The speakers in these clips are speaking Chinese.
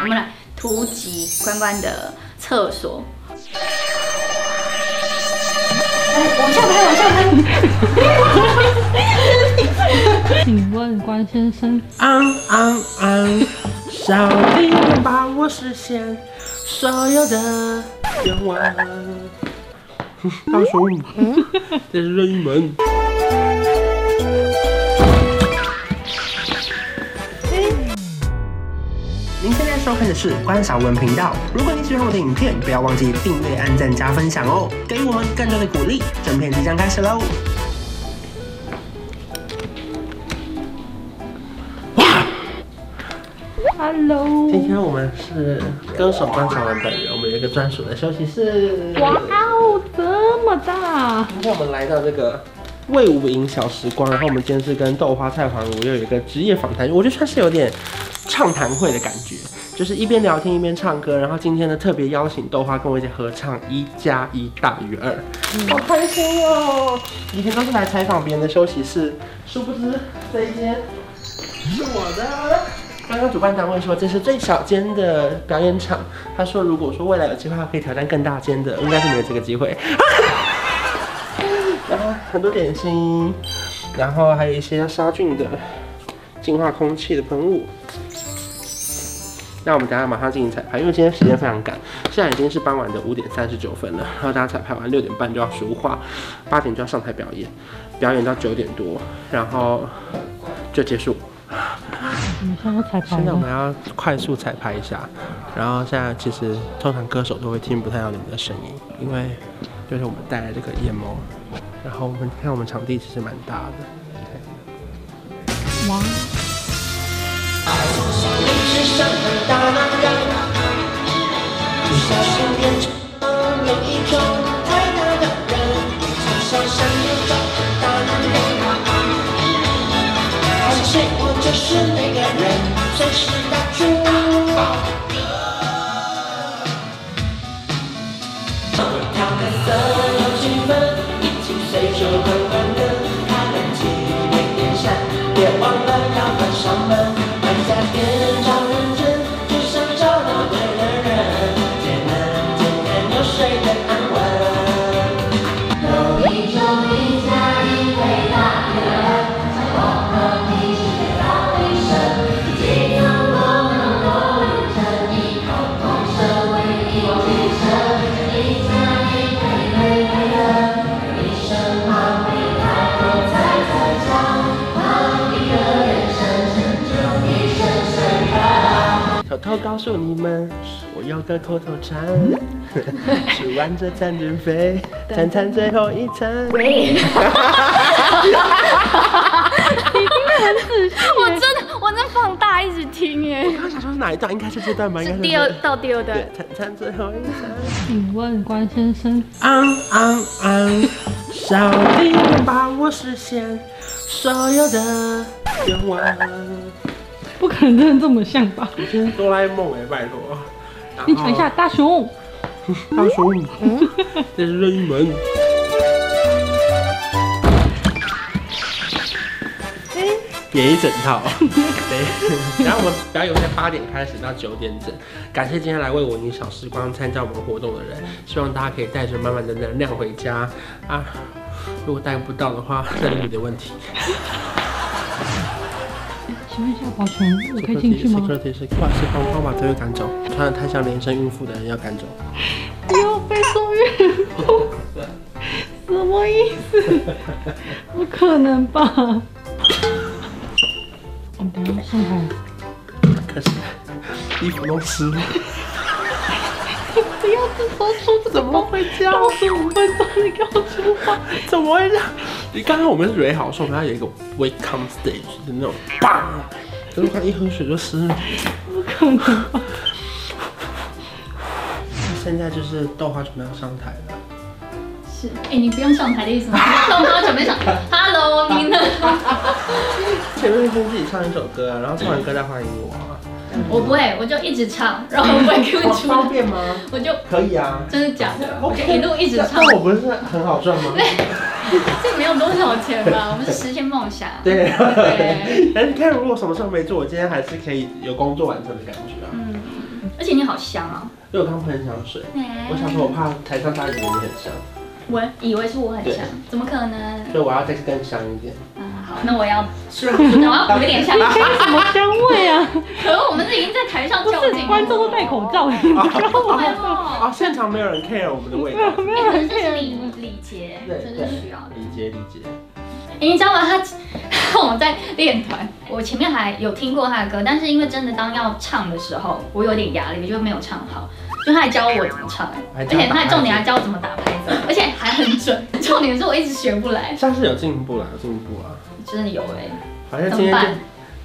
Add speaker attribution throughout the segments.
Speaker 1: 我们来突击关关的厕所。往下拍，往下拍。
Speaker 2: 请问关先生，
Speaker 3: 安安安，小弟能把我实现所有的愿望。大叔，这是任意门。您现在收看的是关少文频道。如果你喜欢我的影片，不要忘记订阅、按赞、加分享哦，给予我们更多的鼓励。整片即将开始喽！今天我们是歌手关少文本人，我们有一个专属的休息室。
Speaker 2: 哇哦，这么大！
Speaker 3: 今天我们来到这个魏无影小时光，然后我们今天是跟豆花菜黄如又有一个职业访谈，我觉得算是有点畅谈会的感觉，就是一边聊天一边唱歌。然后今天呢，特别邀请豆花跟我一起合唱《一加一大于二》，好开心哦！以前都是来采访别人的休息室，殊不知这一间是我的。刚刚主办单位说这是最小间的表演场，他说如果说未来有计划可以挑战更大间的，应该是没有这个机会。然后啊很多点心，然后还有一些要杀菌的、净化空气的喷雾。那我们等一下马上进行彩排，因为今天时间非常赶，现在已经是傍晚的五点三十九分了。然后大家彩排完六点半就要书画，八点就要上台表演，表演到九点多，然后就结束。
Speaker 2: 你现在才排
Speaker 3: 现在我
Speaker 2: 吗？
Speaker 3: 们要快速彩排一下，然后现在其实通常歌手都会听不太到你们的声音，因为就是我们带来这个 EMO，然后我们看我们场地其实蛮大的，
Speaker 2: 哇，
Speaker 3: 小偷告诉你们，我有个口头 禅，吃完这餐就飞，餐餐最后一餐。
Speaker 1: 我真的，我在放大一直听耶。
Speaker 3: 我想说是哪一段？应该是这段吧？应该
Speaker 1: 是
Speaker 3: 是
Speaker 1: 第二呃到第二段
Speaker 3: 对，，餐餐最后一餐。
Speaker 2: 请问关先生，
Speaker 3: 安安安，小弟能把我实现所有的愿望。
Speaker 2: 不可能真的这么像吧？
Speaker 3: 我今天哆啦 A 梦哎，拜托。
Speaker 2: 你想一下，大熊，
Speaker 3: 大熊， 这是任意门。演一哎整套，对。 然后我们表演在八点开始到九点整。感谢今天来为我影小时光参加我们活动的人，希望大家可以带着满满的能量回家啊！如果带不到的话，那是你的问题。
Speaker 2: 请问一下保全，我可以进去吗？
Speaker 3: Security 是快是帮帮把这位赶走，穿的太像连身孕妇的人要赶走。
Speaker 2: 又哎被送院部，什么意思？不可能吧？我们等一下上台，
Speaker 3: 可是衣服都湿 了。
Speaker 2: 不要这时候出怎么会这样？倒数五分钟，你给我出发！
Speaker 3: 怎么会这样？你刚刚我们是蕊好说我们要有一个 welcome stage 的那种棒，可是他一喝水就湿了。
Speaker 2: 不可能吧？
Speaker 3: 现在就是啊豆花准备要上台了，
Speaker 1: 是，哎、你不用上台的意思 吗？我刚刚准备想，Hello，你 呢？
Speaker 3: 前面先自己唱一首歌啊，然后唱完歌再欢迎我啊，
Speaker 1: 我不会，我就一直唱，然后不会跟出来，
Speaker 3: 便吗？
Speaker 1: 我就
Speaker 3: 可以啊。
Speaker 1: 真的假的，我就哦一路一直唱
Speaker 3: 那。啊我不是很好赚吗？
Speaker 1: 这没有多少钱吧？我们是实现梦想。
Speaker 3: 对
Speaker 1: 对。
Speaker 3: 哎，你看，如果什么事都没做，我今天还是可以有工作完成的感觉啊。
Speaker 1: 嗯，而且你好香啊！
Speaker 3: 因为我刚喷香水，我想说我怕台上大家以为你很香，
Speaker 1: 嗯我以为是我很
Speaker 3: 对
Speaker 1: 香，怎么可能？
Speaker 3: 所以我要再更香一点。
Speaker 1: 嗯，好，那我要，
Speaker 3: 虽然
Speaker 1: 那 我要补点香。
Speaker 2: 这是什么香味啊？
Speaker 1: 可恶，我们这已经在台上
Speaker 2: 不
Speaker 1: 较
Speaker 2: 是
Speaker 1: 劲了，
Speaker 2: 观众都戴口罩，你知道
Speaker 1: 好
Speaker 2: 吗？
Speaker 1: 烦哦。
Speaker 3: 啊，现场没有人 care 我们的味 道。
Speaker 2: 没
Speaker 1: 哎
Speaker 2: 有
Speaker 1: 可
Speaker 2: 人
Speaker 1: 是这是礼
Speaker 2: care。
Speaker 1: 礼节，
Speaker 3: 对
Speaker 1: 真是需要的。
Speaker 3: 理解理解，
Speaker 1: 哎，你知道吗？他 我们在练团，我前面还有听过他的歌，但是因为真的当要唱的时候，我有点压力，就没有唱好。就他还教我怎么唱，
Speaker 3: 还
Speaker 1: 而
Speaker 3: 教
Speaker 1: 且他还
Speaker 3: 打拍
Speaker 1: 重点
Speaker 3: 子
Speaker 1: 还教我怎么打拍子，而且还很准。 重点是我一直学不来，
Speaker 3: 像是有进步啦，有进步啊。
Speaker 1: 真的有哎、
Speaker 3: 反正
Speaker 1: 怎
Speaker 3: 今
Speaker 1: 么
Speaker 3: 天就
Speaker 1: 办？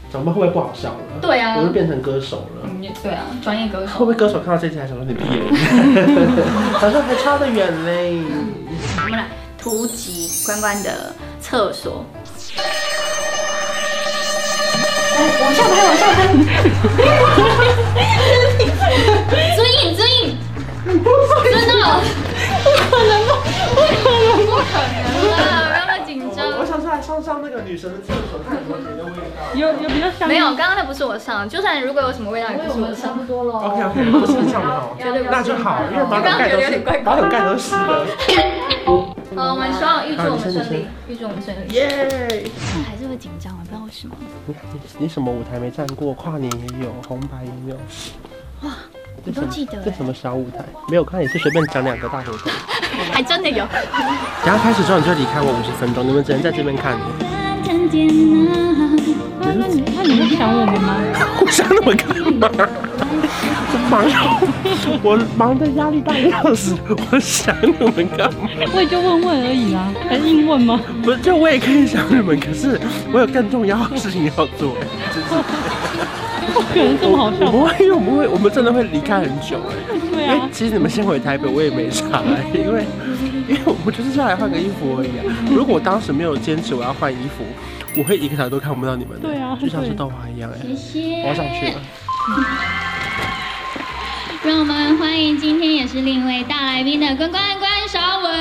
Speaker 3: 怎么办？会不会不好笑了？
Speaker 1: 对啊
Speaker 3: 我就变成歌手了。
Speaker 1: 嗯，对啊，专业歌
Speaker 3: 会不
Speaker 1: 手
Speaker 3: 会。歌手看到这集还想说你闭眼？ 好像还差得远嘞。
Speaker 1: 嗯我们来突击关关的厕所。哎，往下拍，往下拍。尊印，尊印，真的，不可能吧？不可能啦，不要那么紧
Speaker 3: 我
Speaker 1: 张。
Speaker 3: 想说来上上那个女神的厕所，看有没有别的味道。
Speaker 2: 有有比较香
Speaker 1: 没有，刚刚那不是我上，就算如果有什么味道，也不是我上。
Speaker 4: 不多
Speaker 3: OK OK，不是像我
Speaker 1: 绝对不
Speaker 3: 那
Speaker 1: 是
Speaker 3: 就好，因为马
Speaker 1: 我刚刚
Speaker 3: 桶盖
Speaker 1: 觉
Speaker 3: 都
Speaker 1: 得有点怪
Speaker 3: 是马桶盖都是湿的。
Speaker 1: 好，我们希望预祝我们
Speaker 3: 好你先
Speaker 1: 顺利，预祝我们顺利。
Speaker 3: 耶！
Speaker 1: 还是会紧张，我不知道为什么。
Speaker 3: 你你你什么舞台没站过？跨年也有，红白也有。哇，
Speaker 1: 你都记得欸
Speaker 3: 这什么小舞台？没有，我看你是随便讲两个大活动。
Speaker 1: 还真的有。
Speaker 3: 然后开始之后你就离开我五十分钟，你们只能在这 边看。
Speaker 2: 那那你那你会想我们吗？
Speaker 3: 互相那么干嘛？忙，我忙的压力大得要死，我想你们干嘛？
Speaker 2: 我也就问问而已啦，还硬问吗？
Speaker 3: 不是，就我也可以想你们，可是我有更重要的事情要做。
Speaker 2: 不可能这么好
Speaker 3: 我
Speaker 2: 笑。
Speaker 3: 们会，我们会，我们真的会离开很久哎。
Speaker 2: 对
Speaker 3: 因为
Speaker 2: 啊，
Speaker 3: 其实你们先回台北，我也没啥 哎，因为因为我就是下来换个衣服而 已啊。如果我当时没有坚持我要换衣服，我会一个小时都看不到你们的，
Speaker 2: 对啊
Speaker 3: 就像是
Speaker 2: 对
Speaker 3: 豆花一样哎。
Speaker 1: 谢谢。
Speaker 3: 我要上去了。
Speaker 1: 让我们欢迎今天也是另一位大来宾的关关关韶文。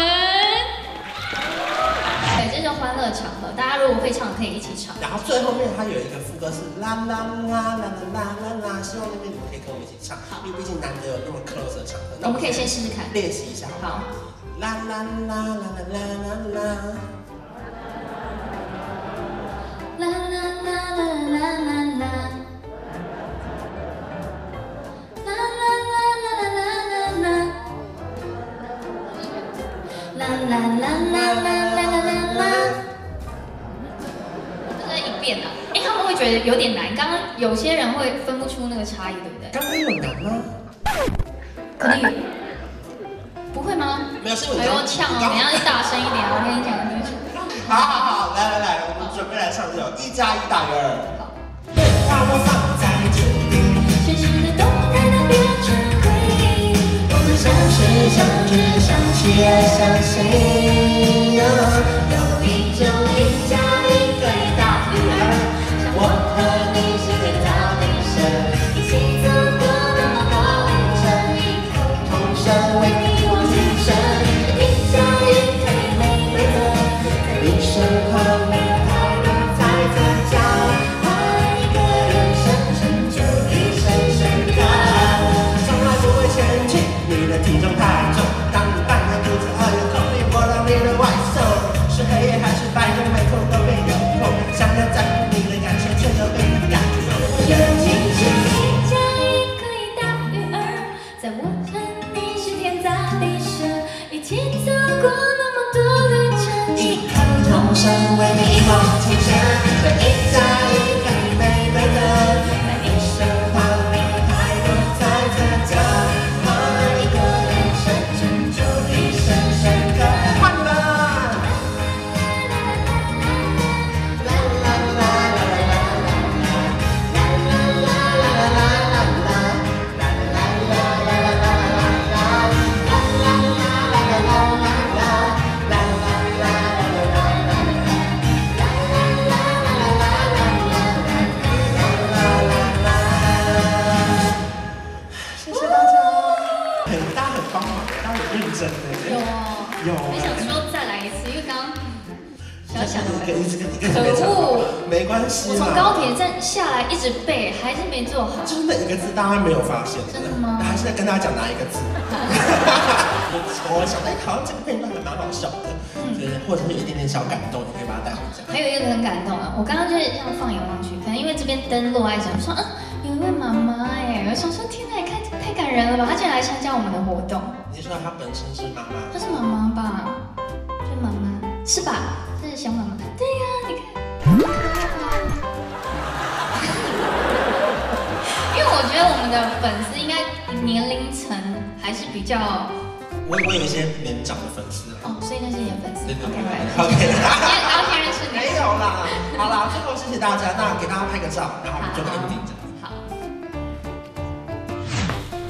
Speaker 1: 对，这是欢乐场合，大家如果会唱可以一起唱。
Speaker 5: 然后最后面它有一个副歌是啦啦啦啦啦啦啦啦，希望那边你们可以跟我们一起唱，因为毕竟难得有那么 close 的场合。那
Speaker 1: 我们可以先试试看。
Speaker 5: 练习一下好不好
Speaker 1: 好，
Speaker 5: 啦啦啦啦啦啦啦啦，
Speaker 1: 啦啦啦啦啦啦啦。啦啦啦啦啦啦啦。啦啦啦啦啦啦啦啦。这是一遍啊，哎，他们会觉得有点难。刚刚有些人会分不出那个差异，对不对？
Speaker 5: 刚刚有难吗？
Speaker 1: 可能也不会吗？
Speaker 5: 没有是我
Speaker 1: 哎呦呛哦！等一下你大声一点，我跟你讲，就是
Speaker 5: 啊好好好，来来来，我们准备来唱这首一加一大于二。把我放在这里，
Speaker 1: 学习的动态都变成回忆，
Speaker 5: 我们相识相知相惜相信有一种一加一最大于二。我和你是天造地设，
Speaker 1: 一起走过那么多旅程，一口
Speaker 5: 同生为你我今生。
Speaker 1: 一加一可以玫瑰的，
Speaker 5: 你身旁没他人在增加，换一个人生成就一生深刻。从来不会嫌弃你的体重太重，当你半夜肚子饿有空，你拨到你的外送，是黑夜还是白天，每空都没有空，想要在乎你的感受，却又被你感动。人情
Speaker 1: 一
Speaker 5: 世
Speaker 1: 加一可以大于二，在我和你是天造地设，一起走过那么多旅程，
Speaker 5: 一同同生为一梦情深，这一加一可以美美的，在你身旁你还多在增加，换一个人生成就一生深刻。换吧。啦啦啦啦啦啦啦啦啦啦啦啦啦啦啦啦啦啦啦啦啦。谢谢大家，很大很帮忙，大家很认真的，
Speaker 1: 有哦。
Speaker 5: 有
Speaker 1: 我想说再来一次，因为刚刚。
Speaker 6: 小小的
Speaker 5: 一直跟你看
Speaker 6: 可
Speaker 5: 没讲话
Speaker 6: 恶，
Speaker 5: 没关系
Speaker 6: 我
Speaker 5: 嘛
Speaker 6: 从高铁站下来一直背，还是没做好。
Speaker 5: 就是那一个字，大家没有发现，
Speaker 6: 真的吗
Speaker 5: 还是在跟大家讲哪一个字？我想，哎，好像这个片段还蛮好笑的，
Speaker 6: 嗯
Speaker 5: 就是或者是有一点点小感动，你可以把它带回家。
Speaker 6: 还哎有一个很感动啊，我刚刚就是这样放眼望去，可能因为这边灯落在想说，嗯，有一位妈妈哎，我想说天哪，也看太感人了吧，她竟然来参加我们的活动，
Speaker 5: 你说她本身是妈妈，
Speaker 6: 她是妈妈吧？是妈妈是吧？是小妈妈？对呀、你看。 因为我觉得我们的粉丝应该年龄层还是比较
Speaker 5: 我我有一些年长的粉丝啊，
Speaker 6: 哦，所以那是你的粉丝
Speaker 5: 对对
Speaker 6: ，OK，拜
Speaker 5: 对
Speaker 6: 拜。
Speaker 5: ，OK 啦。
Speaker 6: 今天然后先认识你
Speaker 5: 没有啦，好啦，最后谢谢大家，那给大家拍个照，然后我们做个 ending 这样。
Speaker 6: 好。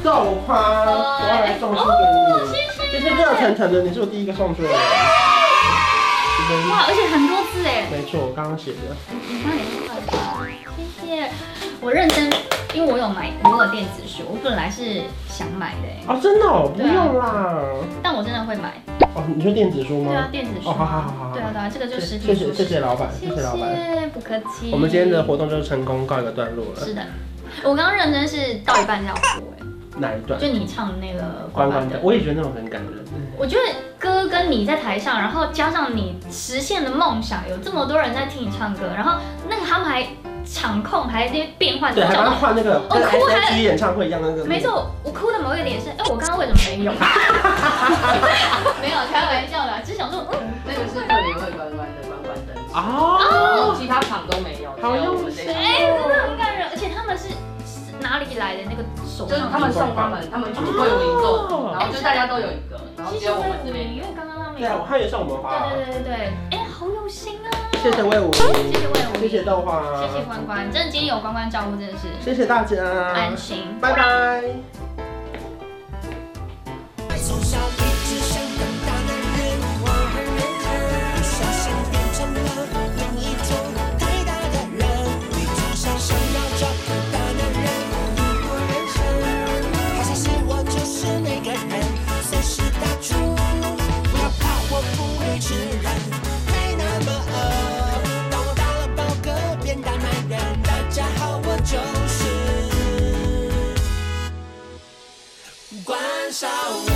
Speaker 3: 豆花，我要来送出给你，
Speaker 6: 谢
Speaker 3: 这是热腾腾的，你是我第一个送出来的。真的
Speaker 6: 哇，而且很多字哎，
Speaker 3: 没错，我刚刚写的。
Speaker 6: 你帮你谢谢。我认真，因为我有买我有电子书，我本来是想买的哎，
Speaker 3: 哦，真的哦，不
Speaker 6: 对啊
Speaker 3: 用啦。
Speaker 6: 但我真的会买。
Speaker 3: 哦，你说电子书
Speaker 6: 对啊
Speaker 3: 吗，？
Speaker 6: 电子书。
Speaker 3: 哦好好好好好
Speaker 6: 对啊对啊，这个就实体
Speaker 3: 谢
Speaker 6: 书。
Speaker 3: 谢谢谢老板，谢
Speaker 6: 谢
Speaker 3: 谢老板。
Speaker 6: 谢，不客气。
Speaker 3: 我们今天的活动就是成功告一个段落了。
Speaker 6: 是的，我刚刚认真是到一半要哭哎，
Speaker 3: 哪一段
Speaker 6: 就？你唱那个
Speaker 3: 关关
Speaker 6: 关关
Speaker 3: 的
Speaker 6: 的，，
Speaker 3: 我也觉得那种很感人。
Speaker 6: 我觉得歌跟你在台上，然后加上你实现的梦想，有这么多人在听你唱歌，然后那个他们还场控还在那边变换
Speaker 3: 对，
Speaker 6: 角
Speaker 3: 还
Speaker 6: 度
Speaker 3: 把它换那个
Speaker 6: 哦
Speaker 3: 跟 S
Speaker 6: 哭还
Speaker 3: H E 演唱会一样的那个。
Speaker 6: 没。错，我哭的某一个点是，哎、我刚刚为什么没有？ 没有，开玩笑的啊，只是想说，嗯，
Speaker 7: 那个是特别为关关的关关灯，
Speaker 3: 哦。
Speaker 7: 然后其他场都没有，只有
Speaker 3: 好
Speaker 7: 我
Speaker 3: 用
Speaker 7: 们这
Speaker 3: 心
Speaker 7: 一场。
Speaker 6: 哎、真的很感人，而且他们是是哪里来的那个手
Speaker 7: 就是
Speaker 6: 上
Speaker 7: 他们送他们，他们去桂林做，然后就大家都有一个，然后
Speaker 6: 其
Speaker 7: 只
Speaker 6: 实
Speaker 7: 有我
Speaker 6: 我
Speaker 7: 们
Speaker 6: 也
Speaker 7: 这边
Speaker 6: 没有，因为刚刚他们
Speaker 3: 对啊，我
Speaker 6: 有，
Speaker 3: 还以为是我们花。
Speaker 6: 对对对对对，哎、好有心啊，
Speaker 3: 谢谢魏武，
Speaker 6: 谢谢魏武，
Speaker 3: 谢谢豆花，
Speaker 6: 谢谢关关，真的今天有关关照顾，真的是
Speaker 3: 谢谢大家，
Speaker 6: 安心。
Speaker 3: 拜拜。
Speaker 4: 从小一直想当大男人，不小心变成了另一种太大的人。你从小想要找个大男人度过人生，好像是我就是那个人，随时打住，不要怕我不会吃人，没那么饿。当我打了饱嗝变大男人，大家好，我就是关少文。